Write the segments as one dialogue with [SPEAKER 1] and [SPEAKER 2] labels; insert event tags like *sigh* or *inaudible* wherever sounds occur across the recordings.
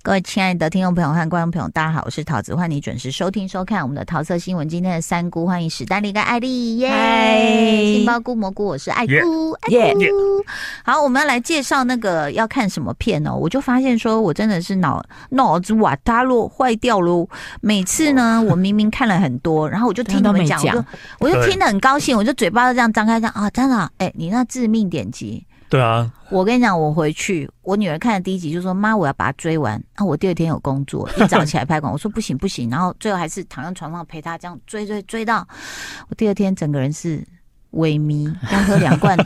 [SPEAKER 1] 各位亲爱的听众朋友和观众朋友，大家好，我是桃子，欢迎你准时收听收看我们的桃色新闻。今天的三姑，欢迎史丹利跟艾丽，耶！
[SPEAKER 2] 嗨
[SPEAKER 1] 杏鲍菇蘑菇，我是艾菇，艾
[SPEAKER 2] 耶
[SPEAKER 1] 菇。好，我们要来介绍那个要看什么片哦。我就发现说，我真的是脑脑子瓦塌喽，坏掉喽。每次呢，我明明看了很多，然后我就听你们讲，
[SPEAKER 2] 他都没
[SPEAKER 1] 我就我就
[SPEAKER 3] 对
[SPEAKER 1] 听得很高兴，我就嘴巴就这样张开，这样啊，真的啊，哎、你那致命点击。
[SPEAKER 3] 对啊，
[SPEAKER 1] 我跟你讲，我回去，我女儿看了第一集就说：“妈，我要把它追完。”啊，我第二天有工作，一早起来拍广，我说不行不行，然后最后还是躺在床上陪她这样追追追到我第二天整个人是萎靡，刚喝两罐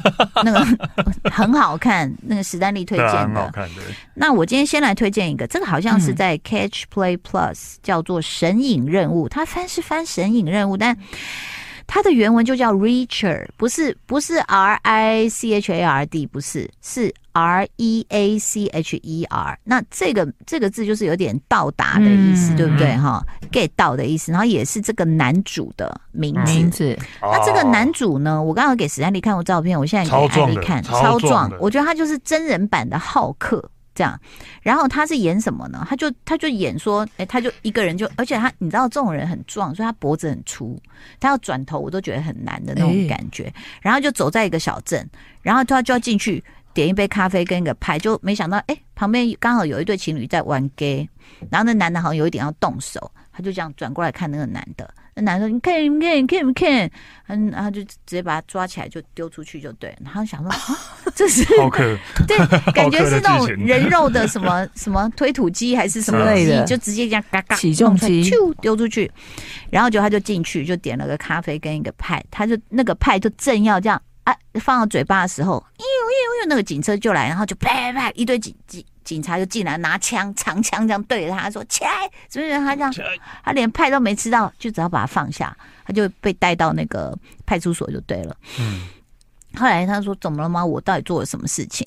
[SPEAKER 1] 那个 *laughs* 很好看，那个史丹利推
[SPEAKER 3] 对啊，
[SPEAKER 1] 荐
[SPEAKER 3] 很好
[SPEAKER 1] 的。
[SPEAKER 3] 看的。
[SPEAKER 1] 那我今天先来推荐一个，这个好像是
[SPEAKER 2] 嗯
[SPEAKER 1] 在 Catch Play Plus 叫做《神隐任务》，它翻是翻《神隐任务》，但它的原文就叫 Reacher，不是不是 R I C H A R D，不是是 R E A C H E R。那这个这个字就是有点到达的意思，
[SPEAKER 2] 嗯
[SPEAKER 1] 对不对？哈，get 到的意思，然后也是这个男主的名字。
[SPEAKER 2] 名字
[SPEAKER 1] 那啊这个男
[SPEAKER 3] 哦
[SPEAKER 1] 主呢？我刚刚给史丹利看过照片，我现在给
[SPEAKER 3] 超
[SPEAKER 1] 艾
[SPEAKER 3] 壮
[SPEAKER 1] 丽
[SPEAKER 3] 的
[SPEAKER 1] 看，
[SPEAKER 3] 超
[SPEAKER 1] 超
[SPEAKER 3] 壮
[SPEAKER 1] 壮
[SPEAKER 3] 的。
[SPEAKER 1] 我觉得他就是真人版的浩克这样。然后他是演什么呢？他就他就演说，哎、他就一个人就，而且他你知道这种人很壮，所以他脖子很粗，他要转头我都觉得很难的那种
[SPEAKER 2] 哎
[SPEAKER 1] 感觉。然后就走在一个小镇，然后他就要进去点一杯咖啡跟一个派，就没想到哎、旁边刚好有一对情侣在玩 gay，然后那男的好像有一点要动手，他就这样转过来看那个男的，那男的说你看你看你看你看，嗯，然后就直接把他抓起来就丢出去就对了，然后想说、啊、这是
[SPEAKER 3] 浩克，
[SPEAKER 1] 对，
[SPEAKER 2] *laughs*
[SPEAKER 1] 感觉是那
[SPEAKER 3] 好
[SPEAKER 1] 种
[SPEAKER 3] 客的剧情
[SPEAKER 1] 人肉的什么 *laughs* 什么推土机还是什么
[SPEAKER 3] 之
[SPEAKER 2] 类
[SPEAKER 1] 机
[SPEAKER 2] 嗯的，
[SPEAKER 1] 就直接这样嘎嘎
[SPEAKER 2] 起重
[SPEAKER 1] 弄出来
[SPEAKER 2] 机
[SPEAKER 1] 啾丢出去，然后就他就进去就点了个咖啡跟一个派，他就那个派就正要这样啊放到嘴巴的时候，哎呦呦呦那个警车就来，然后就啪啪啪一堆警警警察就进来拿枪长枪这样对着他说起来，所以他这样他连派都没吃到，就只要把他放下，他就被带到那个派出所就对了。
[SPEAKER 3] 嗯，
[SPEAKER 1] 后来他说：“怎么了吗？我到底做了什么事情？”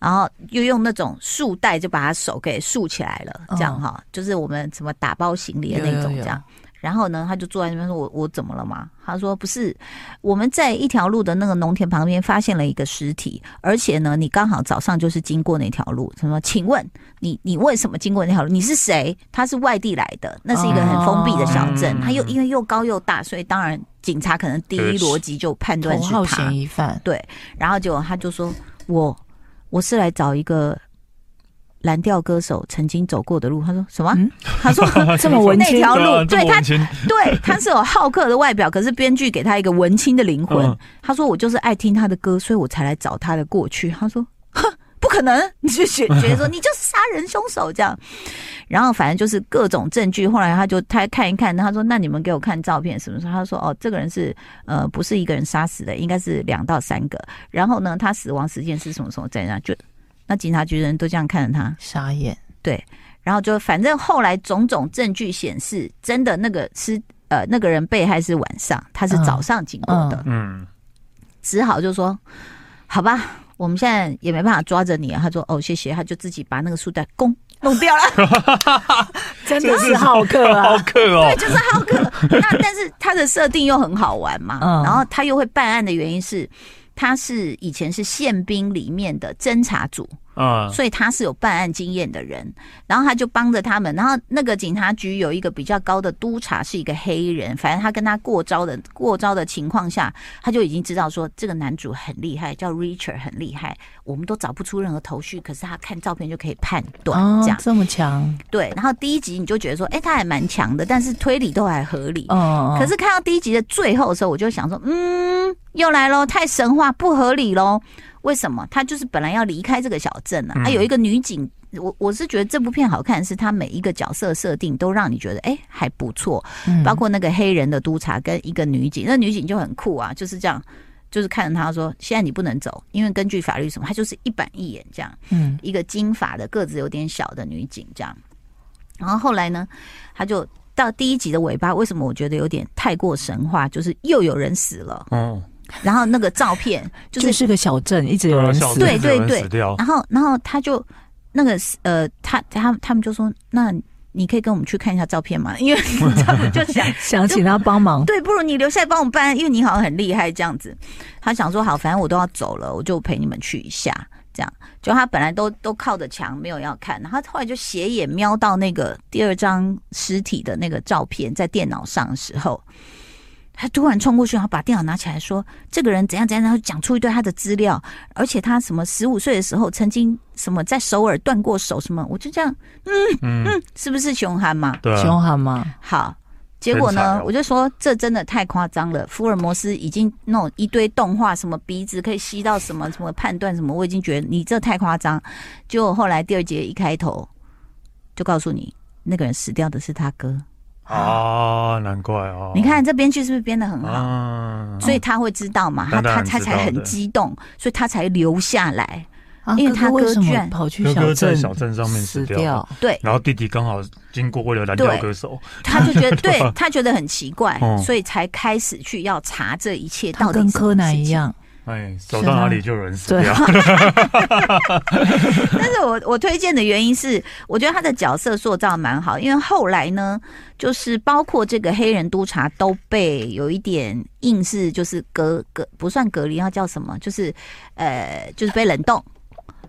[SPEAKER 1] 然后又用那种束带就把他手给束起来了，
[SPEAKER 2] 嗯
[SPEAKER 1] 这样哈，就是我们什么打包行李的那
[SPEAKER 2] 有
[SPEAKER 1] 种
[SPEAKER 2] 有有
[SPEAKER 1] 这样。然后呢，他就坐在那边说：“我我怎么了嘛？”他说：“不是，我们在一条路的那个农田旁边发现了一个尸体，而且呢，你刚好早上就是经过那条路。什么？请问你你为什么经过那条路？你是谁？他是外地来的，那是一个很封闭的小镇，
[SPEAKER 3] 哦
[SPEAKER 2] 嗯
[SPEAKER 1] 他又因为又高又大，所以当然警察可能第一
[SPEAKER 3] 对
[SPEAKER 1] 逻辑就判断
[SPEAKER 2] 头
[SPEAKER 1] 是
[SPEAKER 2] 号
[SPEAKER 1] 他。
[SPEAKER 2] 嫌疑犯，
[SPEAKER 1] 然后结果他就说：“我我是来找一个蓝调歌手曾经走过的路。”他说：“什么？”
[SPEAKER 2] 嗯
[SPEAKER 1] 他
[SPEAKER 2] *laughs*
[SPEAKER 1] 说
[SPEAKER 2] 这
[SPEAKER 3] *laughs*
[SPEAKER 2] 么文
[SPEAKER 1] 那
[SPEAKER 2] 青
[SPEAKER 1] 条路，
[SPEAKER 3] 对
[SPEAKER 1] 对
[SPEAKER 3] 啊这么
[SPEAKER 1] 他
[SPEAKER 3] 文青
[SPEAKER 1] 对他是有好客的外表，可是编剧给他一个文青的灵魂。
[SPEAKER 3] 嗯
[SPEAKER 1] 他说：“我就是爱听他的歌，所以我才来找他的过去。”他说：“ *laughs* 哼，不可能！” *laughs* 你就觉觉得说你就是杀人凶手这样。 *laughs* 然后反正就是各种证据。后来他就他看一看，他说：“那你们给我看照片什么时候？”他说：“哦，这个人是呃不是一个人杀死的，应该是两到三个。然后呢，他死亡时间是什么时候怎样？就那警察局的人都这样看着他。”
[SPEAKER 2] 傻眼，
[SPEAKER 1] 然后就反正后来种种证据显示，真的那个是呃那个人被害是晚上，他是早上经过的，
[SPEAKER 3] 嗯，
[SPEAKER 1] 只好就说好吧，我们现在也没办法抓着你、啊。他说哦谢谢，他就自己把那个束带弓弄掉了， *laughs*
[SPEAKER 2] 真的是浩克
[SPEAKER 3] 浩
[SPEAKER 2] 啊！
[SPEAKER 3] 克哦，
[SPEAKER 1] 哎就是浩克。那但是他的设定又很好玩嘛，
[SPEAKER 2] 嗯
[SPEAKER 1] 然后他又会办案的原因是。他是以前是宪兵里面的侦查组，
[SPEAKER 3] 啊，
[SPEAKER 1] 所以他是有办案经验的人，然后他就帮着他们。然后那个警察局有一个比较高的督察是一个黑人，反正他跟他过招的过招的情况下，他就已经知道说这个男主很厉害，叫 Richard 很厉害，我们都找不出任何头绪，可是他看照片就可以判断这样。
[SPEAKER 2] 哦这么强，
[SPEAKER 1] 对，然后第一集你就觉得说，哎，他还蛮强的，但是推理都还合理。
[SPEAKER 2] 嗯，
[SPEAKER 1] 可是看到第一集的最后的时候，我就想说，嗯，又来喽，太神话不合理喽。为什么？他就是本来要离开这个小镇啊，
[SPEAKER 3] 嗯
[SPEAKER 1] 啊有一个女警。我我是觉得这部片好看，是它每一个角色设定都让你觉得哎、还不错，
[SPEAKER 2] 嗯
[SPEAKER 1] 包括那个黑人的督察跟一个女警，那女警就很酷啊，就是这样，就是看着他说现在你不能走，因为根据法律什么，他就是一板一眼这样。
[SPEAKER 2] 嗯
[SPEAKER 1] 一个金发的个子有点小的女警这样。然后后来呢，他就到第一集的尾巴，为什么我觉得有点太过神话？就是又有人死了，
[SPEAKER 3] 哦，
[SPEAKER 1] 然后那个照片就，
[SPEAKER 2] 就是哦是个小镇，一直
[SPEAKER 3] 对
[SPEAKER 2] 有
[SPEAKER 3] 啊，
[SPEAKER 2] 人
[SPEAKER 3] 小
[SPEAKER 2] 死，
[SPEAKER 3] 镇
[SPEAKER 1] 对
[SPEAKER 3] 子有人
[SPEAKER 1] 对啊
[SPEAKER 3] 死掉，
[SPEAKER 1] 然后然后他就那个呃，他他他们就说，那你可以跟我们去看一下照片吗？因为你知道就想
[SPEAKER 2] *laughs* 想请他帮忙，
[SPEAKER 1] 对，不如你留下来帮我们办案，因为你好像很厉害这样子。他想说好，反正我都要走了，我就陪你们去一下。这样，就他本来都都靠着墙，没有要看，然后他后来就斜眼瞄到那个第二张尸体的那个照片在电脑上的时候，他突然冲过去，然后把电脑拿起来说：“这个人怎样怎样。”然后讲出一堆他的资料，而且他什么十五岁的时候曾经什么在首尔断过手什么，我就这样，
[SPEAKER 3] 嗯，
[SPEAKER 1] 是不是熊寒嘛？
[SPEAKER 3] 对啊，
[SPEAKER 2] 凶悍吗？
[SPEAKER 1] 好，结果
[SPEAKER 3] 很
[SPEAKER 1] 呢，
[SPEAKER 3] 惨哦
[SPEAKER 1] 我就说这真的太夸张了。福尔摩斯已经那种一堆动画，什么鼻子可以吸到什么什么判断什么，我已经觉得你这太夸张。结果后来第二节一开头就告诉你，那个人死掉的是他哥。
[SPEAKER 3] 哦啊，难怪哦，
[SPEAKER 1] 你看这编剧是不是编的很好？
[SPEAKER 3] 啊，
[SPEAKER 1] 所以他会知道嘛，他
[SPEAKER 3] 当然
[SPEAKER 1] 他他
[SPEAKER 3] 知道
[SPEAKER 1] 才很
[SPEAKER 3] 的
[SPEAKER 1] 激动，所以他才留下来。
[SPEAKER 2] 啊
[SPEAKER 1] 因为他
[SPEAKER 2] 哥
[SPEAKER 1] 哥
[SPEAKER 2] 哥为什
[SPEAKER 1] 居
[SPEAKER 2] 么
[SPEAKER 1] 然
[SPEAKER 2] 跑去
[SPEAKER 3] 哥哥在
[SPEAKER 2] 镇
[SPEAKER 3] 小镇上面
[SPEAKER 2] 死
[SPEAKER 3] 死掉，
[SPEAKER 1] 对，
[SPEAKER 3] 然后弟弟刚好经过，为了拦
[SPEAKER 1] 对
[SPEAKER 3] 掉歌手，
[SPEAKER 1] 他就
[SPEAKER 3] *laughs*
[SPEAKER 1] 觉得对他觉得很奇怪，
[SPEAKER 3] 嗯
[SPEAKER 1] 所以才开始去要查这一切
[SPEAKER 2] 他
[SPEAKER 1] 到底
[SPEAKER 2] 跟
[SPEAKER 1] 什么
[SPEAKER 2] 柯南
[SPEAKER 1] 事
[SPEAKER 2] 一
[SPEAKER 1] 情
[SPEAKER 2] 样，啊
[SPEAKER 3] 哎，走到哪里就有人
[SPEAKER 1] 啊
[SPEAKER 3] 死掉，
[SPEAKER 1] 但是我我推荐的原因是，我觉得他的角色塑造蛮好，因为后来呢，就是包括这个黑人督察都被有一点硬是就是隔隔不算隔离，要叫什么？就是呃，就是被冷冻。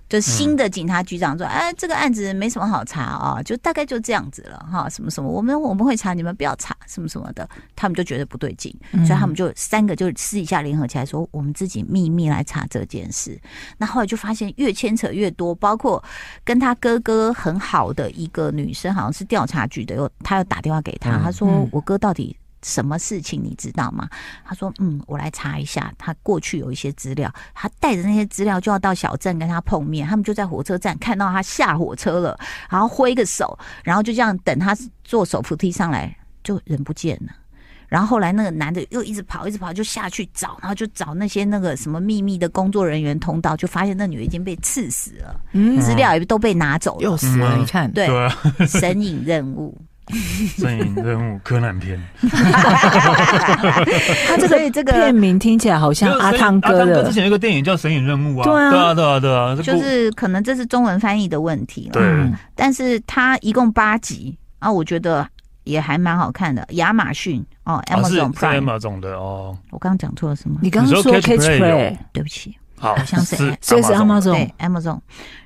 [SPEAKER 1] 就是新的警察局长说：“哎、这个案子没什么好查啊、就大概就这样子了哈，什么什么，我们我们会查，你们不要查，什么什么的。”他们就觉得不对劲， *laughs* 所以他们
[SPEAKER 2] 就
[SPEAKER 1] 就三个就私底下联合起来说，我们自己秘密来查这件事。那后来就发现越牵扯越多，包括跟他哥哥很好的一个女生，好像是调查局的，又他又打电话给他，
[SPEAKER 3] 嗯
[SPEAKER 1] 他说
[SPEAKER 2] 嗯
[SPEAKER 1] 我哥到底。什么事情你知道吗？他说：“嗯，我来查一下。他过去有一些资料，他带着那些资料就要到小镇跟他碰面。他们就在火车站看到他下火车了，然后挥个手，然后就这样等他坐手扶梯上来，就人不见了。然后后来那个男的又一直跑，一直跑，就下去找，然后就找那些那个什么秘密的工作人员通道，就发现那女的已经被刺死了，
[SPEAKER 2] 嗯
[SPEAKER 1] 资料也都被拿走了。
[SPEAKER 2] 又死了，
[SPEAKER 3] 嗯
[SPEAKER 2] 你看，
[SPEAKER 1] 对，
[SPEAKER 3] 对啊，
[SPEAKER 1] 神隐任务，
[SPEAKER 3] 摄影任务柯南
[SPEAKER 1] *laughs*
[SPEAKER 3] 片，
[SPEAKER 1] 他这个这
[SPEAKER 2] 片
[SPEAKER 1] 个
[SPEAKER 2] 名听起来好像阿汤哥
[SPEAKER 3] 啊阿汤哥之
[SPEAKER 2] 的，
[SPEAKER 3] 前有一个电影叫《神隐任务》啊，
[SPEAKER 2] 对啊
[SPEAKER 3] 对啊，对啊，对 *laughs* 啊，这
[SPEAKER 1] 就
[SPEAKER 3] 故
[SPEAKER 1] 是可能这是中文翻译的问题了，
[SPEAKER 3] 对
[SPEAKER 2] 嗯
[SPEAKER 1] 但是它一共八集啊，我觉得也还蛮好看的。亚马逊哦
[SPEAKER 3] 啊是
[SPEAKER 1] ，Amazon
[SPEAKER 3] 在
[SPEAKER 1] Prime，
[SPEAKER 3] Amazon 的哦，
[SPEAKER 1] 我刚刚讲错了什么？
[SPEAKER 2] 你刚刚
[SPEAKER 3] 你
[SPEAKER 2] 说
[SPEAKER 3] 说
[SPEAKER 2] Catch
[SPEAKER 3] Catch
[SPEAKER 2] Play，
[SPEAKER 3] Play
[SPEAKER 1] 对不起，
[SPEAKER 3] 好
[SPEAKER 1] 好像是
[SPEAKER 2] 所以是
[SPEAKER 3] Amazon 的
[SPEAKER 2] Amazon
[SPEAKER 1] 对 Amazon，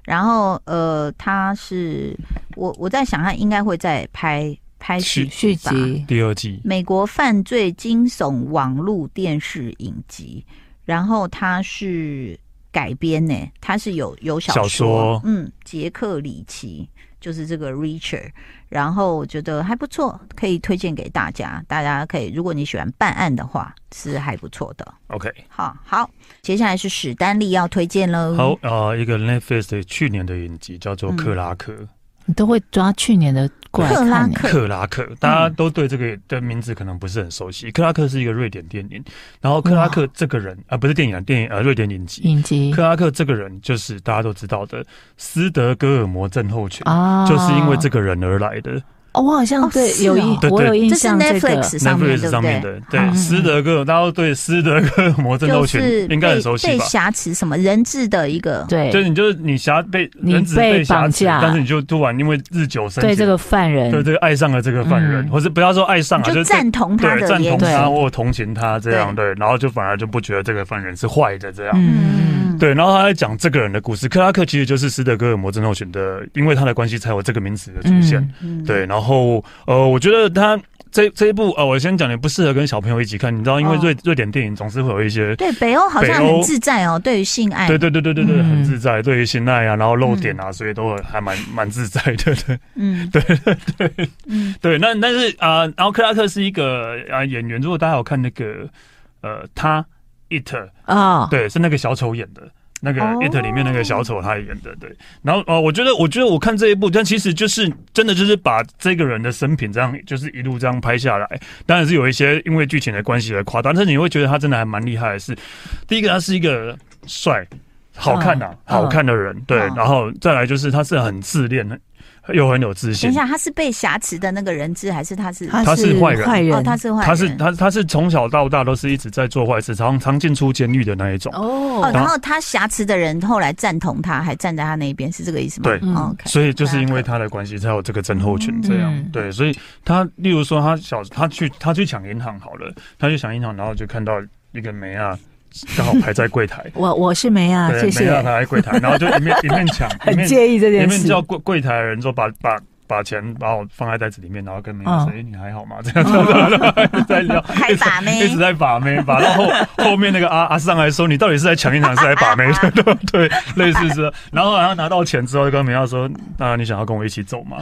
[SPEAKER 1] 然后呃，他是我我在想，他应该会再拍拍续
[SPEAKER 2] 续
[SPEAKER 1] 吧。
[SPEAKER 2] 集，
[SPEAKER 3] 第二季，
[SPEAKER 1] 美国犯罪惊悚网络电视影集，然后它是改编呢，它是有有小说，
[SPEAKER 3] 小说
[SPEAKER 1] 嗯，杰克里奇就是这个 Richard，然后我觉得还不错，可以推荐给大家，大家可以，如果你喜欢办案的话，是还不错的。
[SPEAKER 3] OK，
[SPEAKER 1] 好好，接下来是史丹利要推荐喽。
[SPEAKER 3] 好，呃，一个 Netflix 的去年的影集叫做
[SPEAKER 1] 嗯
[SPEAKER 3] 《克拉克》，
[SPEAKER 2] 你都会抓去年的过来
[SPEAKER 1] 克拉
[SPEAKER 2] 看呢，
[SPEAKER 1] 克，
[SPEAKER 3] 克拉克，大家都对
[SPEAKER 1] 嗯
[SPEAKER 3] 这个的名字可能不是很熟悉。克拉克是一个瑞典电影，然后克拉克这个人啊、不是电影啊，电影呃，瑞典影集。
[SPEAKER 2] 影
[SPEAKER 1] 嗯
[SPEAKER 2] 集
[SPEAKER 3] 克拉克这个人就是大家都知道的斯德哥尔摩症候群，
[SPEAKER 2] 啊
[SPEAKER 3] 就是因为这个人而来的。
[SPEAKER 2] 哦，我好
[SPEAKER 1] 哦
[SPEAKER 2] 像对
[SPEAKER 1] 是哦
[SPEAKER 2] 有
[SPEAKER 3] 对
[SPEAKER 2] 印，
[SPEAKER 3] 对
[SPEAKER 2] 我有印
[SPEAKER 1] 这是
[SPEAKER 2] 象这个
[SPEAKER 1] Netflix 上面
[SPEAKER 3] Netflix
[SPEAKER 1] 对不
[SPEAKER 3] 上面
[SPEAKER 1] 对？
[SPEAKER 3] 的，对
[SPEAKER 2] 嗯
[SPEAKER 3] 斯德哥，大家都对斯德哥尔摩症
[SPEAKER 1] 就
[SPEAKER 3] 候群
[SPEAKER 1] 是被
[SPEAKER 3] 应该很熟悉
[SPEAKER 1] 被
[SPEAKER 3] 吧？
[SPEAKER 1] 挟持什么人质的一个
[SPEAKER 2] 对
[SPEAKER 3] 就是你就是你挟被
[SPEAKER 2] 你
[SPEAKER 3] 人质被
[SPEAKER 2] 被
[SPEAKER 3] 挟
[SPEAKER 2] 绑
[SPEAKER 3] 持，
[SPEAKER 2] 架
[SPEAKER 3] 但是你就突然因为日久生
[SPEAKER 2] 对这
[SPEAKER 3] 情
[SPEAKER 2] 个犯人
[SPEAKER 3] 对这个爱上了这个犯人，
[SPEAKER 2] 嗯
[SPEAKER 3] 或是不要说爱上啊，
[SPEAKER 1] 你
[SPEAKER 3] 就
[SPEAKER 1] 就是赞同他
[SPEAKER 3] 对，
[SPEAKER 1] 的
[SPEAKER 3] 赞
[SPEAKER 1] 言
[SPEAKER 3] 同
[SPEAKER 1] 行
[SPEAKER 3] 他
[SPEAKER 2] 对
[SPEAKER 3] 或同情他这样对，然后就反而就不觉得这个犯人是坏的这样。
[SPEAKER 2] 嗯，
[SPEAKER 3] 对，然后他在讲这个人的故事，克拉克其实就是斯德哥尔摩症候群的，因为他的关系才有这个名词的出现。
[SPEAKER 2] 嗯
[SPEAKER 1] 嗯
[SPEAKER 3] 对，然后呃，我觉得他这这一部呃，我先讲也不适合跟小朋友一起看，你知道，因为
[SPEAKER 1] 哦
[SPEAKER 3] 瑞、瑞典电影总是会有一些
[SPEAKER 1] 对，北欧好像
[SPEAKER 3] 北
[SPEAKER 1] 很
[SPEAKER 3] 欧
[SPEAKER 1] 自在哦，对于性爱，
[SPEAKER 3] 对对对对对对，
[SPEAKER 2] 嗯
[SPEAKER 3] 很自在，对于性爱啊，然后露点啊，所以都还蛮蛮自在的。 *laughs* 对
[SPEAKER 1] 嗯，对对对，嗯，
[SPEAKER 3] 对，那但是啊、呃然后克拉克是一个啊、呃演员，如果大家有看那个呃，他 It，
[SPEAKER 2] 啊，
[SPEAKER 3] 对，是那个小丑演的。那个
[SPEAKER 1] 哦
[SPEAKER 3] 《It》里面那个小丑他演的，对。然后呃，我觉得，我觉得我看这一部，但其实就是真的就是把这个人的生平这样，就是一路这样拍下来。当然是有一些因为剧情的关系而夸大，但是你会觉得他真的还蛮厉害的是，第一个他是一个帅、好看啊、
[SPEAKER 2] 嗯
[SPEAKER 3] 好看的人，对。
[SPEAKER 1] 嗯
[SPEAKER 3] 然后再来就是他是很自恋，又很有自
[SPEAKER 1] 等
[SPEAKER 3] 信
[SPEAKER 1] 一。下，他是被挟持的那个人质，还是他是？
[SPEAKER 3] 他是坏人
[SPEAKER 2] 坏
[SPEAKER 1] 哦，
[SPEAKER 2] 人，
[SPEAKER 1] 他是坏人，
[SPEAKER 3] 他是他他是从小到大都是一直在做坏事，常常进出监狱的那一种。
[SPEAKER 1] 哦，
[SPEAKER 2] 哦
[SPEAKER 1] 然后他挟持的人后来赞同他，还站在他那边，是这个意思吗？
[SPEAKER 3] 对
[SPEAKER 1] 嗯
[SPEAKER 3] *laughs*
[SPEAKER 1] 哦，OK，
[SPEAKER 3] 所以就是因为他的关系，才有这个症候群这样。
[SPEAKER 2] 嗯，
[SPEAKER 3] 对，所以他例如说他小他去他去抢银行好了，他去抢银行，然后就看到一个梅啊刚好排在柜台
[SPEAKER 2] 我我是没 *laughs* 啊，
[SPEAKER 3] 对，
[SPEAKER 2] 谢
[SPEAKER 3] 没让
[SPEAKER 2] 谢，
[SPEAKER 3] 他在柜台，然后就一面一面
[SPEAKER 2] *laughs*
[SPEAKER 3] 抢，一
[SPEAKER 2] 很
[SPEAKER 3] 面
[SPEAKER 2] 介意这
[SPEAKER 3] 里
[SPEAKER 2] 件
[SPEAKER 3] 面
[SPEAKER 2] 事。
[SPEAKER 3] 叫柜柜台的人说把把把钱把我放在袋子里面，然后跟美亚说：“哎、你还好吗？”这样子，然后一直在聊，
[SPEAKER 1] 嗯 *laughs* 还把妹
[SPEAKER 3] 一直在把妹，把到
[SPEAKER 1] *laughs*
[SPEAKER 3] 后后面那个阿阿尚还说：“你到底是在抢银行，是在把妹？”
[SPEAKER 1] *laughs*
[SPEAKER 3] 对，类似这。然后然后拿到钱之后，就跟美亚说：“那、你想要跟我一起走吗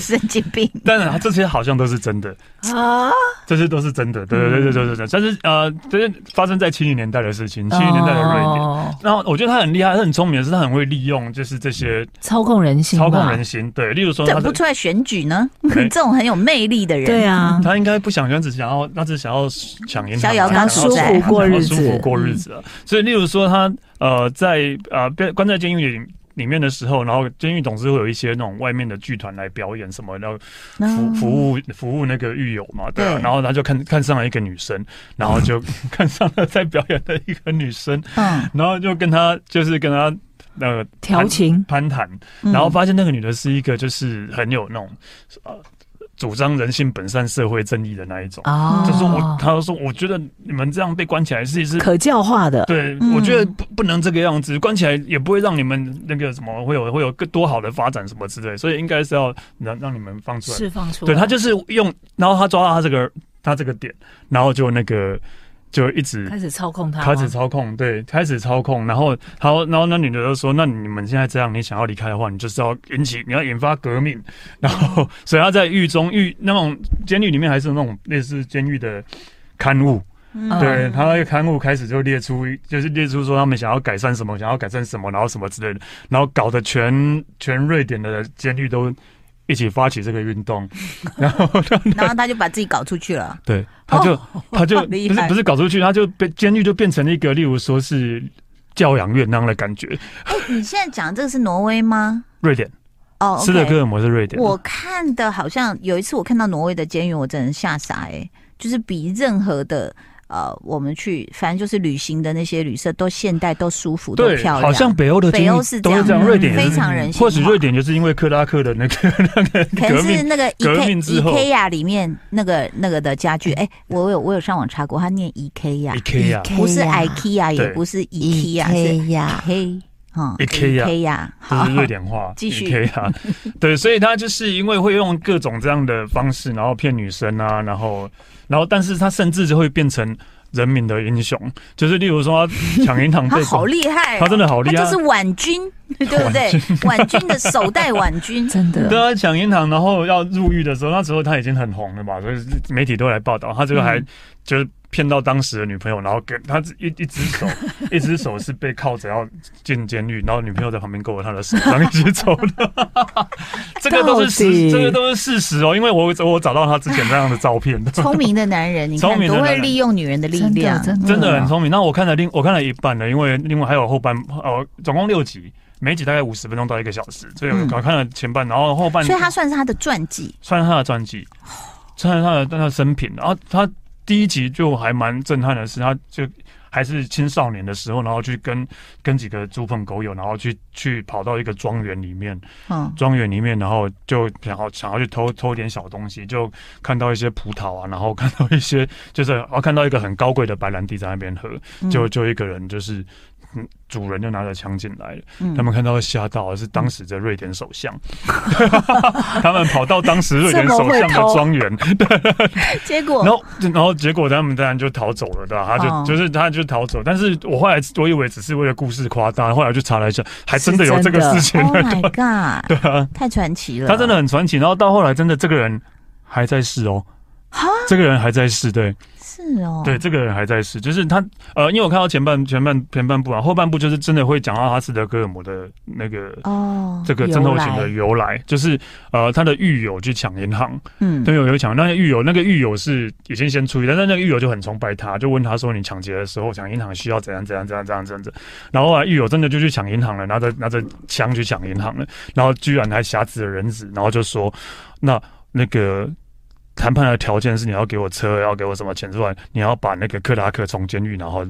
[SPEAKER 1] 神经病。？”
[SPEAKER 3] 但是这些好像都是真的，
[SPEAKER 2] 啊，
[SPEAKER 3] 这些都是真的，对
[SPEAKER 1] 嗯
[SPEAKER 3] 对对对对对对。但是呃，这是发生在七零年代的事情，七零年代的瑞典。
[SPEAKER 2] 哦
[SPEAKER 3] 然后我觉得他很厉害，他很聪明，是他很会利用就是这些
[SPEAKER 2] 操控人心，
[SPEAKER 3] 操控人，心。 *laughs* 对，例如说他
[SPEAKER 1] 怎么
[SPEAKER 3] 的
[SPEAKER 1] 不出来选举呢？
[SPEAKER 3] 对
[SPEAKER 1] *laughs* 这种很有魅力的人，
[SPEAKER 2] 对啊，
[SPEAKER 3] 他应该不想，原只想要，他只想要抢银行，啊
[SPEAKER 1] 逍遥
[SPEAKER 3] 想要
[SPEAKER 1] 港
[SPEAKER 3] 舒
[SPEAKER 1] 主
[SPEAKER 3] 服
[SPEAKER 1] 宰
[SPEAKER 2] 过日子
[SPEAKER 3] 舒服过日子啊。所以，例如说他呃，在呃被关在监狱里里面的时候，然后监狱总是会有一些那种外面的剧团来表演什么，然后服
[SPEAKER 1] 嗯
[SPEAKER 3] 服务服务那个狱友嘛，对啊。
[SPEAKER 1] 对
[SPEAKER 3] 然后他就看看上了一个女生，然后就看上了在表演的一个女生，
[SPEAKER 1] 嗯，
[SPEAKER 3] 然后就跟他就是跟他那个
[SPEAKER 2] 调情，
[SPEAKER 3] 攀谈，
[SPEAKER 1] 嗯
[SPEAKER 3] 然后发现那个女的是一个就是很有那种呃主张人性本善、社会正义的那一种。
[SPEAKER 2] 哦，
[SPEAKER 3] 就说我，他就说我觉得你们这样被关起来是是。
[SPEAKER 2] 可教化的，
[SPEAKER 3] 对，
[SPEAKER 1] 嗯
[SPEAKER 3] 我觉得不不能这个样子，关起来也不会让你们那个什么会有会有更多好的发展什么之类，所以应该是要让让你们放出来。
[SPEAKER 2] 释放出来，
[SPEAKER 3] 对他就是用，然后他抓到他这个他这个点，然后就那个就一直
[SPEAKER 2] 开始操控他吗，
[SPEAKER 3] 开始操控，对，开始操控，然后，然后，然后那女的就说：“那你们现在这样，你想要离开的话，你就是要引起，你要引发革命。”然后， *laughs* 所以他在狱中狱那种监狱里面还是那种类似监狱的刊物，
[SPEAKER 1] 嗯
[SPEAKER 3] 对他那个刊物开始就列出，就是列出说他们想要改善什么，想要改善什么，然后什么之类的，然后搞得全全瑞典的监狱都一起发起这个运动，然后他
[SPEAKER 1] 然后他就把自己搞出去
[SPEAKER 3] *laughs*
[SPEAKER 1] 了。
[SPEAKER 3] 对，他就、他就
[SPEAKER 1] 好哦
[SPEAKER 3] 不
[SPEAKER 1] 厉
[SPEAKER 3] 是
[SPEAKER 1] 害
[SPEAKER 3] 不是搞出去，他就被监狱就变成了一个，例如说是教养院那样的感觉。
[SPEAKER 1] 哎，你现在讲这个是挪威吗？
[SPEAKER 3] 瑞典，
[SPEAKER 1] 哦，
[SPEAKER 3] 斯德
[SPEAKER 1] OK
[SPEAKER 3] 哥尔摩是瑞典。
[SPEAKER 1] 我看的好像有一次我看到挪威的监狱，我真的吓傻哎、就是比任何的呃，我们去反正就是旅行的那些旅社都现代、都舒服、都
[SPEAKER 3] 对，
[SPEAKER 1] 漂亮。
[SPEAKER 3] 好像北欧的监
[SPEAKER 1] 北
[SPEAKER 3] 狱
[SPEAKER 1] 欧是
[SPEAKER 3] 都
[SPEAKER 1] 这
[SPEAKER 3] 是
[SPEAKER 1] 样
[SPEAKER 3] 这样，
[SPEAKER 2] 嗯
[SPEAKER 3] 瑞典也
[SPEAKER 1] 非
[SPEAKER 3] 是
[SPEAKER 1] 常人性化，
[SPEAKER 3] 或许瑞典就是因为克拉克的
[SPEAKER 1] *laughs*
[SPEAKER 3] 那个那个
[SPEAKER 1] 可
[SPEAKER 3] 革
[SPEAKER 1] 能是
[SPEAKER 3] 命，
[SPEAKER 1] 那个
[SPEAKER 3] 革
[SPEAKER 1] E K
[SPEAKER 3] 命之
[SPEAKER 1] E
[SPEAKER 3] 后
[SPEAKER 1] K 呀里面那个那个的家具，哎、我有我有上网查过，它念 E K 呀，
[SPEAKER 3] IKEA，
[SPEAKER 2] 啊
[SPEAKER 1] 不是 IKEA，也
[SPEAKER 3] 对
[SPEAKER 1] 不是
[SPEAKER 2] 一
[SPEAKER 1] IKEA，是
[SPEAKER 2] 呀，
[SPEAKER 1] K 哈
[SPEAKER 3] IKEA
[SPEAKER 1] K 呀，
[SPEAKER 3] 这
[SPEAKER 1] 好
[SPEAKER 3] 是瑞典话
[SPEAKER 1] 继续 *laughs*
[SPEAKER 3] ，IKEA。对，所以他就是因为会用各种这样的方式，然后骗女生啊，然后，然后，但是他甚至就会变成人民的英雄，就是例如说他抢银行被
[SPEAKER 1] 他好
[SPEAKER 3] 广
[SPEAKER 1] 厉害哦、
[SPEAKER 3] 他真的好厉害
[SPEAKER 1] 他就是婉君，对不对？婉君的首代婉君，
[SPEAKER 2] 真
[SPEAKER 3] 对
[SPEAKER 2] 的，
[SPEAKER 3] 啊，抢银行，然后要入狱的时候，那时候他已经很红了嘛，所以媒体都来报道。他最后还
[SPEAKER 1] 嗯
[SPEAKER 3] 就是骗到当时的女朋友，然后跟他一一只
[SPEAKER 1] *laughs*
[SPEAKER 3] 手，一只手是被铐着要进监狱，然后女朋友在旁边勾着他的手，然后一起走
[SPEAKER 1] *laughs*
[SPEAKER 3] 的。这个都是
[SPEAKER 2] 到
[SPEAKER 3] 事，
[SPEAKER 2] 底
[SPEAKER 3] 这个都是事实哦，因为我我找到他之前那样的照片，
[SPEAKER 1] 聪明的男人，你看
[SPEAKER 3] 聪明的
[SPEAKER 1] 多
[SPEAKER 3] 男
[SPEAKER 1] 会
[SPEAKER 3] 人
[SPEAKER 1] 利用女人的力
[SPEAKER 2] 真
[SPEAKER 1] 量嗯
[SPEAKER 2] 的，真的
[SPEAKER 3] 真的很聪明。那我看了另我看了一半了，因为另外还有后半哦，总共六集。每一集大概五十分钟到一个小时，所以
[SPEAKER 1] 嗯
[SPEAKER 3] 我看了前半，然后后半，
[SPEAKER 1] 所以他算是他的传记。
[SPEAKER 3] 算是他的传记，算是他的他的生平。然后他第一集就还蛮震撼的是，他就还是青少年的时候，然后去跟跟几个猪朋狗友，然后去去跑到一个庄园里面，
[SPEAKER 1] 嗯，
[SPEAKER 3] 庄园里面，然后就想要想要去偷偷点小东西，就看到一些葡萄啊，然后看到一些就是啊看到一个很高贵的白兰地在那边喝，
[SPEAKER 1] 嗯
[SPEAKER 3] 就就一个人就是。嗯主人就拿着枪进来了，
[SPEAKER 1] 嗯
[SPEAKER 3] 他们看到吓到，是当时的瑞典首相， *laughs* 他们跑到当时瑞典首相的庄园，
[SPEAKER 1] 结果
[SPEAKER 3] 然后然后结果他们当然就逃走了，对吧？他就、
[SPEAKER 1] 哦
[SPEAKER 3] 就是他就逃走，但是我后来我以为只是为了故事夸大，后来我去查了一下，还真的有这个事情，
[SPEAKER 1] Oh my god！对啊，太传奇了。
[SPEAKER 3] *laughs* 他真的很传奇。然后到后来真的这个人还在世哦，这个人还在世，对。
[SPEAKER 1] 是哦，
[SPEAKER 3] 对，，这个人还在世，就是他呃，因为我看到前半前半前半部啊，后半部就是真的会讲到他斯德哥尔摩的那个。
[SPEAKER 1] 哦，
[SPEAKER 3] 这个
[SPEAKER 2] 由
[SPEAKER 3] 症候群
[SPEAKER 2] 来
[SPEAKER 3] 的由来，就是呃，他的狱友去抢银行，
[SPEAKER 1] 嗯，
[SPEAKER 3] 对，有有抢，那个狱友那个狱友是已经先出狱，但是那个狱友就很崇拜他，就问他说：“你抢劫的时候抢银行需要怎样怎样怎样怎样怎样怎样？”然后啊，狱友真的就去抢银行了，拿着拿着枪去抢银行了，然后居然还挟持了人质，然后就说：“那那个谈判的条件是你要给我车，要给我什么钱之外，你要把那个克拉克从监狱然后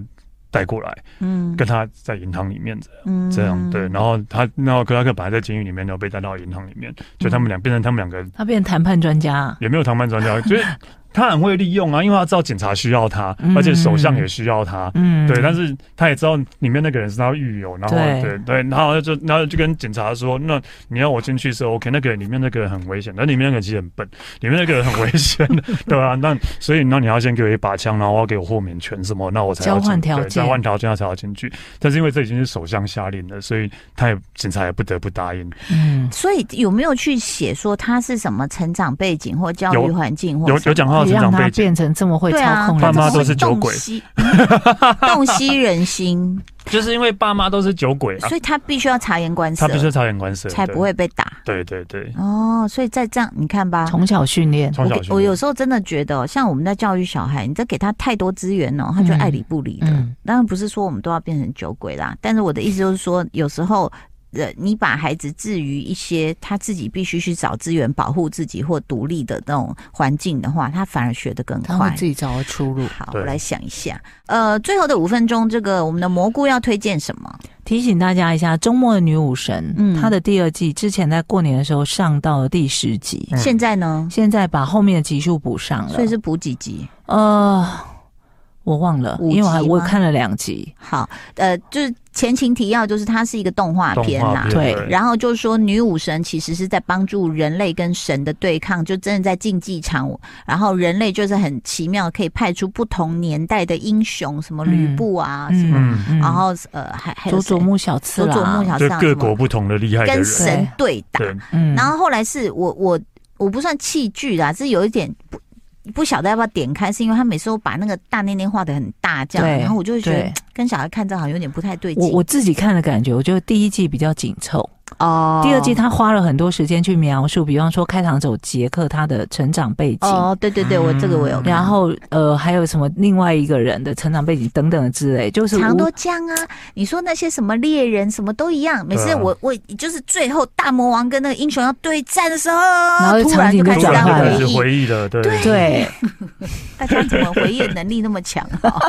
[SPEAKER 3] 带过来，
[SPEAKER 1] 嗯，
[SPEAKER 3] 跟他在银行里面
[SPEAKER 1] 嗯
[SPEAKER 3] 这样对。然后他然后克拉克本来在监狱里面，然
[SPEAKER 2] 嗯
[SPEAKER 3] 后被带到银行里面，就他们俩变成他们两个
[SPEAKER 2] 他变谈判专家，啊
[SPEAKER 3] 也没有谈判专家，就是他很会利用啊，因为他知道警察需要他，
[SPEAKER 2] 嗯
[SPEAKER 3] 而且首相也需要他。
[SPEAKER 2] 嗯，
[SPEAKER 3] 对，但是他也知道里面那个人是他狱友，然后
[SPEAKER 2] 对
[SPEAKER 3] 对对，然后就然后就跟警察说，那你要我进去是 OK，那个里面那个人很危险，那里面那个人其实很笨，里面那个人很危
[SPEAKER 2] *laughs*
[SPEAKER 3] 险，对啊，那所以那你要先给我一把枪，然后我要给我豁免权什么，那我才要进
[SPEAKER 2] 交换条
[SPEAKER 3] 对
[SPEAKER 2] 件
[SPEAKER 3] 交换条件他才要进去。但是因为这已经是首相下令了，所以他也警察也不得不答应。
[SPEAKER 2] 嗯，
[SPEAKER 1] 所以有没有去写说他是什么成长背景或教育
[SPEAKER 3] 有
[SPEAKER 1] 环境或
[SPEAKER 3] 有
[SPEAKER 1] 什
[SPEAKER 3] 有
[SPEAKER 1] 么
[SPEAKER 3] 讲
[SPEAKER 2] 可以
[SPEAKER 3] 到成
[SPEAKER 2] 让
[SPEAKER 3] 长
[SPEAKER 2] 他
[SPEAKER 3] 背景，
[SPEAKER 2] 变成这么会
[SPEAKER 1] 对
[SPEAKER 2] 操
[SPEAKER 1] 啊，
[SPEAKER 2] 控
[SPEAKER 3] 爸
[SPEAKER 2] 人
[SPEAKER 3] 妈
[SPEAKER 2] 的
[SPEAKER 3] 都是酒
[SPEAKER 1] 洞
[SPEAKER 3] 鬼
[SPEAKER 1] 悉嗯
[SPEAKER 3] *laughs*
[SPEAKER 1] 洞悉人心，
[SPEAKER 3] 就是因为爸妈都是酒鬼啊，
[SPEAKER 1] 所以他必须要察言观色
[SPEAKER 3] 他，必
[SPEAKER 2] 啊
[SPEAKER 3] 须察言观色，
[SPEAKER 1] 才
[SPEAKER 3] 对
[SPEAKER 1] 不会被打。
[SPEAKER 3] 对对对，
[SPEAKER 1] 哦，所以再这样，你看吧，
[SPEAKER 2] 从小训练，
[SPEAKER 3] 从小
[SPEAKER 1] 我给我有时候真的觉得哦，像我们在教育小孩，你再给他太多资源哦，他就爱理不理的。
[SPEAKER 2] 嗯
[SPEAKER 1] 当然不是说我们都要变成酒鬼啦，但是我的意思就是说，有时候。呃，你把孩子置于一些他自己必须去找资源保护自己或独立的那种环境的话，他反而学得更
[SPEAKER 2] 他会
[SPEAKER 1] 快
[SPEAKER 2] 自。己找到出路。
[SPEAKER 1] 好，
[SPEAKER 3] 对
[SPEAKER 1] 我来想一下。呃，最后的五分钟，这个我们的蘑菇要推荐什么？
[SPEAKER 2] 提醒大家一下，《周末的女武神》
[SPEAKER 1] 嗯
[SPEAKER 2] 她的第二季之前在过年的时候上到了第十集，
[SPEAKER 3] 嗯
[SPEAKER 1] 现在呢？
[SPEAKER 2] 现在把后面的集数补上了。
[SPEAKER 1] 所以是补几集？
[SPEAKER 2] 呃，我忘了，
[SPEAKER 1] 五
[SPEAKER 2] 因为我还
[SPEAKER 1] 集
[SPEAKER 2] 我
[SPEAKER 1] 吗
[SPEAKER 2] 看了两集。
[SPEAKER 1] 好，呃，就是前情提要，就是它是一个动画
[SPEAKER 3] 动
[SPEAKER 1] 片啦
[SPEAKER 3] 画
[SPEAKER 2] 啊
[SPEAKER 3] 片，
[SPEAKER 2] 对
[SPEAKER 1] 然后就说女武神其实是在帮助人类跟神的对抗，就真的在竞技场，然后人类就是很奇妙，可以派出不同年代的英雄，什么吕布啊，什么，
[SPEAKER 3] 嗯
[SPEAKER 2] 嗯
[SPEAKER 1] 然后呃还还有
[SPEAKER 2] 佐佐
[SPEAKER 1] 谁
[SPEAKER 2] 木小次
[SPEAKER 1] 佐
[SPEAKER 2] 郎，
[SPEAKER 1] 佐木小次
[SPEAKER 3] 就
[SPEAKER 1] 郎
[SPEAKER 3] 各
[SPEAKER 1] 什么
[SPEAKER 3] 国不同的厉害的
[SPEAKER 1] 跟
[SPEAKER 3] 人，
[SPEAKER 2] 啊
[SPEAKER 1] 神对打，
[SPEAKER 3] 对，
[SPEAKER 2] 嗯
[SPEAKER 1] 然后后来是我我我不算弃剧啦，是有一点不。不晓得要不要点开，是因为他每次都把那个大内内画的很大，这样，
[SPEAKER 2] 对
[SPEAKER 1] 然后我就会觉得
[SPEAKER 2] 对
[SPEAKER 1] 跟小孩看这好像有点不太对劲。
[SPEAKER 2] 我我自己看的感觉，我觉得第一季比较紧凑，
[SPEAKER 1] 哦，
[SPEAKER 2] 第二季他花了很多时间去描述，比方说开场走杰克他的成长背景，
[SPEAKER 1] 哦，对对对，我这个我有看，
[SPEAKER 2] 然后呃还有什么另外一个人的成长背景等等之类，就是
[SPEAKER 1] 长
[SPEAKER 2] 无
[SPEAKER 1] 多江啊，你说那些什么猎人什么都一样，每次
[SPEAKER 3] 对啊
[SPEAKER 1] 我、我就是最后大魔王跟那个英雄要对战的时候，然
[SPEAKER 2] 后
[SPEAKER 1] 突然
[SPEAKER 2] 场景
[SPEAKER 1] 就
[SPEAKER 2] 就
[SPEAKER 1] 开始
[SPEAKER 3] 突
[SPEAKER 2] 转
[SPEAKER 1] 让
[SPEAKER 3] 然就
[SPEAKER 1] 回
[SPEAKER 2] 换了
[SPEAKER 3] 开始 *laughs*
[SPEAKER 1] 忆，
[SPEAKER 3] 回忆了，对对
[SPEAKER 2] 对，
[SPEAKER 1] 大家怎么回忆能力那么强
[SPEAKER 2] *laughs*
[SPEAKER 1] 啊？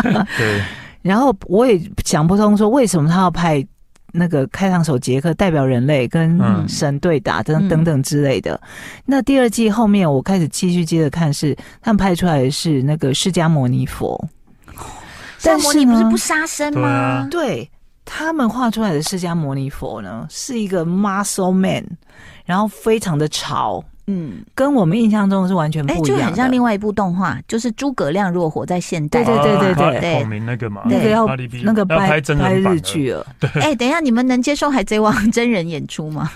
[SPEAKER 2] 然后我也想不通说为什么他要派那个开膛手杰克代表人类跟
[SPEAKER 3] 嗯
[SPEAKER 2] 神对打等
[SPEAKER 1] 嗯
[SPEAKER 2] 等等之类的。那第二季后面我开始继续接着看是，他们派出来的是那个释迦牟尼佛，
[SPEAKER 1] 但
[SPEAKER 2] 但
[SPEAKER 1] 魔
[SPEAKER 2] 是
[SPEAKER 1] 你不是
[SPEAKER 2] 呢
[SPEAKER 1] 不杀生
[SPEAKER 3] 对
[SPEAKER 1] 吗
[SPEAKER 3] 啊？
[SPEAKER 2] 对他们画出来的释迦牟尼佛呢，是一个 muscle man，然后非常的潮，
[SPEAKER 1] 嗯，
[SPEAKER 2] 跟我们印象中是完全
[SPEAKER 1] 哎、
[SPEAKER 2] 嗯不一
[SPEAKER 1] 就
[SPEAKER 2] 样的。
[SPEAKER 1] 很像另外一部动画，就是诸葛亮如果活在现代，
[SPEAKER 2] 对对对对对
[SPEAKER 1] 对
[SPEAKER 3] 孔明那个嘛，
[SPEAKER 2] 那个要
[SPEAKER 3] 巴黎比
[SPEAKER 2] 那个
[SPEAKER 3] 要
[SPEAKER 2] 拍
[SPEAKER 3] 拍真人版
[SPEAKER 2] 日
[SPEAKER 3] 的
[SPEAKER 2] 剧了，
[SPEAKER 1] 哎、等一下，你们能接受《海贼王》真人演出
[SPEAKER 3] *laughs*
[SPEAKER 1] 吗？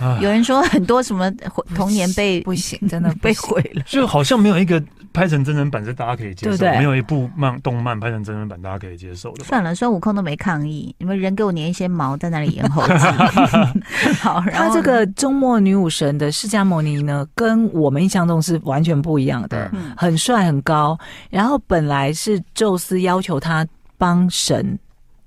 [SPEAKER 3] 唉
[SPEAKER 1] 有人说很多什么童年被
[SPEAKER 2] 不行，真的
[SPEAKER 1] 被
[SPEAKER 2] *laughs* 被毁了。
[SPEAKER 3] 就好像没有一个拍成真人版是大家可以接
[SPEAKER 2] 对
[SPEAKER 3] 受，
[SPEAKER 2] 不对
[SPEAKER 3] 没有一部漫动漫拍成真人版大家可以接受的吧。
[SPEAKER 1] *laughs* 算了，孙悟空都没抗议，你们人给我粘一些毛在那里演猴子。
[SPEAKER 2] *laughs*
[SPEAKER 1] 好，然
[SPEAKER 2] 她
[SPEAKER 1] 后
[SPEAKER 2] 这个周末女武神的释迦牟尼呢，跟我们印象中是完全不一样的，
[SPEAKER 1] 嗯
[SPEAKER 2] 很帅很高。然后本来是宙斯要求他帮神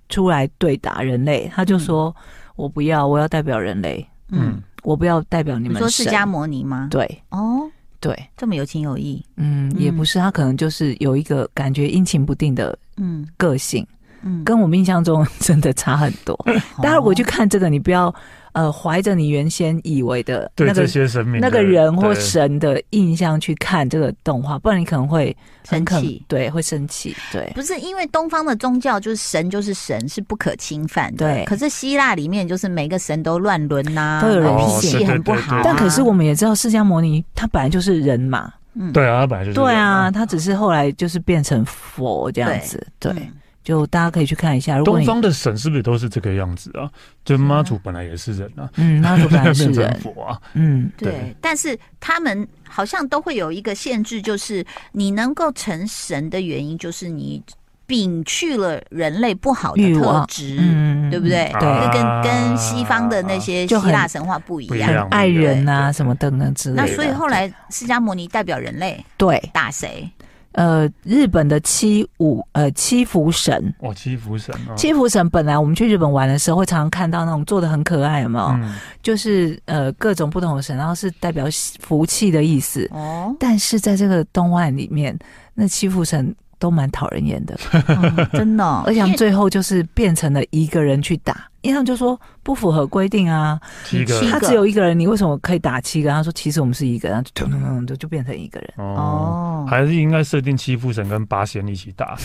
[SPEAKER 2] 出来对打人类，他就说：“我不要，我要代表人类，
[SPEAKER 1] 嗯，
[SPEAKER 3] 嗯，
[SPEAKER 2] 我不要代表你
[SPEAKER 1] 你
[SPEAKER 2] 们
[SPEAKER 1] 说释
[SPEAKER 2] 神。
[SPEAKER 1] 迦摩尼吗？
[SPEAKER 2] 对
[SPEAKER 1] 哦，
[SPEAKER 2] 对，
[SPEAKER 1] 这么有情有义。
[SPEAKER 2] 嗯，
[SPEAKER 1] 嗯
[SPEAKER 2] 也不是，他可能就是有一个感觉阴晴不定的
[SPEAKER 1] 嗯
[SPEAKER 2] 个性，
[SPEAKER 1] 嗯，哦
[SPEAKER 2] 跟我们印象中 *laughs* 真的差很多。
[SPEAKER 1] 好
[SPEAKER 2] 待会儿我去看这个，你不要呃怀着你原先以为的
[SPEAKER 3] 对
[SPEAKER 2] 那个
[SPEAKER 3] 这些神明的
[SPEAKER 2] 那个人或
[SPEAKER 3] 对
[SPEAKER 2] 神的印象去看这个动画，不然你可能会
[SPEAKER 1] 生
[SPEAKER 2] 很可
[SPEAKER 1] 气。
[SPEAKER 2] 对，会生气，对，
[SPEAKER 1] 不是因为东方的宗教就是神就是神是不可侵犯的，
[SPEAKER 2] 对
[SPEAKER 1] 可是希腊里面就是每个神都乱伦呐、
[SPEAKER 2] 都有人
[SPEAKER 1] 然后
[SPEAKER 2] 哦
[SPEAKER 1] 脾气
[SPEAKER 3] 对
[SPEAKER 1] 很不
[SPEAKER 3] 对对
[SPEAKER 1] 好啊、
[SPEAKER 3] 对
[SPEAKER 2] 但可是我们也知道释迦牟尼他本来就是人嘛，
[SPEAKER 1] 嗯
[SPEAKER 3] 对啊，他本来就是
[SPEAKER 2] 对啊，
[SPEAKER 3] 这样，
[SPEAKER 2] 他只是后来就是变成佛这样子，对，
[SPEAKER 1] 嗯
[SPEAKER 2] 就大家可以去看一下，如果
[SPEAKER 3] 东
[SPEAKER 2] 你
[SPEAKER 3] 方的神是不是都是这个样子啊？就妈祖本来也是人啊，
[SPEAKER 2] 嗯，他本来是
[SPEAKER 3] *laughs* 变成
[SPEAKER 2] 人，
[SPEAKER 3] 佛啊，
[SPEAKER 2] 嗯，
[SPEAKER 1] 对
[SPEAKER 3] 对，
[SPEAKER 1] 但是他们好像都会有一个限制，就是你能够成神的原因，就是你摒去了人类不好的
[SPEAKER 2] 欲
[SPEAKER 1] 特
[SPEAKER 2] 望
[SPEAKER 1] 质，
[SPEAKER 2] 嗯，
[SPEAKER 1] 对不对？就
[SPEAKER 3] 嗯
[SPEAKER 2] 对，
[SPEAKER 1] 跟跟西方的那些希
[SPEAKER 2] 就很
[SPEAKER 1] 腊神话不一
[SPEAKER 3] 不一
[SPEAKER 1] 样。
[SPEAKER 3] 样
[SPEAKER 2] 爱人啊
[SPEAKER 3] 对
[SPEAKER 2] 什么等等之类的，
[SPEAKER 1] 那所以后来释迦牟尼代表人类
[SPEAKER 2] 对，
[SPEAKER 1] 打谁？
[SPEAKER 2] 呃，日本的七武呃七福神。
[SPEAKER 3] 哇，七福神啊，
[SPEAKER 2] 七福神本来我们去日本玩的时候，会常常看到那种做的很可爱，有没有？
[SPEAKER 3] 嗯，
[SPEAKER 2] 就是呃各种不同的神，然后是代表喜福气的意思。
[SPEAKER 1] 哦，
[SPEAKER 2] 但是在这个动漫里面，那七福神都蛮讨人厌的，
[SPEAKER 1] 嗯真的哦、
[SPEAKER 2] *laughs* 而且他
[SPEAKER 1] 因
[SPEAKER 2] 们
[SPEAKER 1] 为
[SPEAKER 2] 最后就是变成了一个人去打，因为他们就说不符合规定啊，
[SPEAKER 3] 七个
[SPEAKER 1] 七
[SPEAKER 2] 他只有一个人，你为什么可以打七个？他说其实我们是一个，然后就咚咚咚就就变成一个人。
[SPEAKER 3] 哦，
[SPEAKER 1] 哦，
[SPEAKER 3] 还是应该设定七副神跟八仙一起打，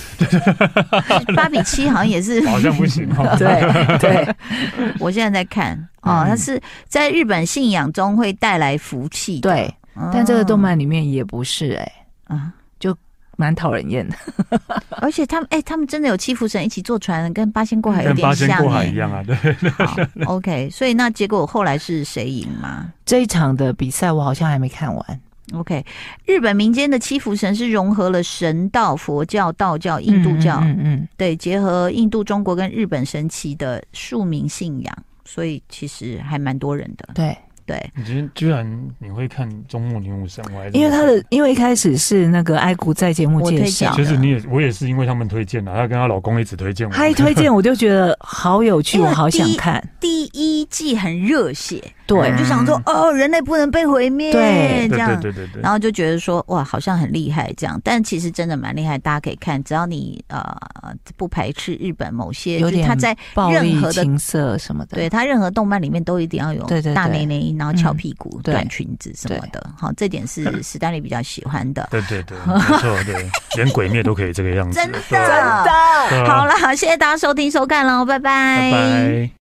[SPEAKER 1] 八比七好像也是，
[SPEAKER 3] *laughs* 好像不行
[SPEAKER 2] *laughs*
[SPEAKER 3] 哦。
[SPEAKER 2] *laughs* 对对，
[SPEAKER 1] *laughs* 我现在在看哦，
[SPEAKER 2] 嗯
[SPEAKER 1] 它是在日本信仰中会带来福气的，
[SPEAKER 2] 对
[SPEAKER 1] 嗯，
[SPEAKER 2] 但这个动漫里面也不是哎、
[SPEAKER 1] 啊，
[SPEAKER 2] 蛮讨人厌的。
[SPEAKER 1] *laughs* 而且他们哎，他们真的有七福神一起坐船，跟八仙过海有
[SPEAKER 3] 跟
[SPEAKER 1] 点
[SPEAKER 3] 八仙
[SPEAKER 1] 像
[SPEAKER 3] 过海
[SPEAKER 1] 哎
[SPEAKER 3] 一样啊，对，
[SPEAKER 1] 好 OK，所以那结果后来是谁赢吗
[SPEAKER 2] 这一场的比赛我好像还没看完，
[SPEAKER 1] ？OK，日本民间的七福神是融合了神道、佛教、道教、印度教，
[SPEAKER 2] 嗯嗯嗯
[SPEAKER 1] 对，结合印度、中国跟日本神奇的庶民信仰，所以其实还蛮多人的。
[SPEAKER 2] 对，
[SPEAKER 1] 对，
[SPEAKER 3] 你居居然你会看周末女武神，我还是
[SPEAKER 2] 因为
[SPEAKER 3] 没
[SPEAKER 2] 他
[SPEAKER 3] 看
[SPEAKER 1] 哦
[SPEAKER 2] 的因为一开始是那个爱谷在节目
[SPEAKER 1] 我
[SPEAKER 2] 介
[SPEAKER 1] 推
[SPEAKER 2] 绍
[SPEAKER 1] 荐。
[SPEAKER 3] 其实你也我也是因为他们推荐的，她跟她老公一直推荐我。
[SPEAKER 2] 他一推荐我就觉得好有趣，
[SPEAKER 1] 因
[SPEAKER 2] 我
[SPEAKER 1] 为
[SPEAKER 2] 好想
[SPEAKER 1] 第一
[SPEAKER 2] 看。
[SPEAKER 1] 第一季很热血，
[SPEAKER 2] 对
[SPEAKER 1] 我，就想说，哦，人类不能被毁灭，
[SPEAKER 2] 对
[SPEAKER 1] 这
[SPEAKER 3] 对
[SPEAKER 1] 样
[SPEAKER 3] 对。对对对
[SPEAKER 1] 然，后就觉得说哇，好像很厉害这样，但其实真的蛮厉害，大家可以看，只要你呃不排斥日本某些，
[SPEAKER 2] 有
[SPEAKER 1] 就是
[SPEAKER 2] 点
[SPEAKER 1] 他在
[SPEAKER 2] 暴力
[SPEAKER 1] 任何、的
[SPEAKER 2] 情色什么的，
[SPEAKER 1] 对他任何动漫里面都一定要有
[SPEAKER 2] 对对对
[SPEAKER 1] 大内内衣，然后翘屁股、
[SPEAKER 2] 对
[SPEAKER 1] 短裙子什么的，好，这点是史丹利比较喜欢的。
[SPEAKER 3] 对对对，没错，对，连鬼灭都可以这个样子，
[SPEAKER 1] *laughs* 真的
[SPEAKER 3] 对啊
[SPEAKER 2] 的
[SPEAKER 3] 对啊
[SPEAKER 1] 好啦，谢谢大家收听收看喽，拜
[SPEAKER 3] 拜拜。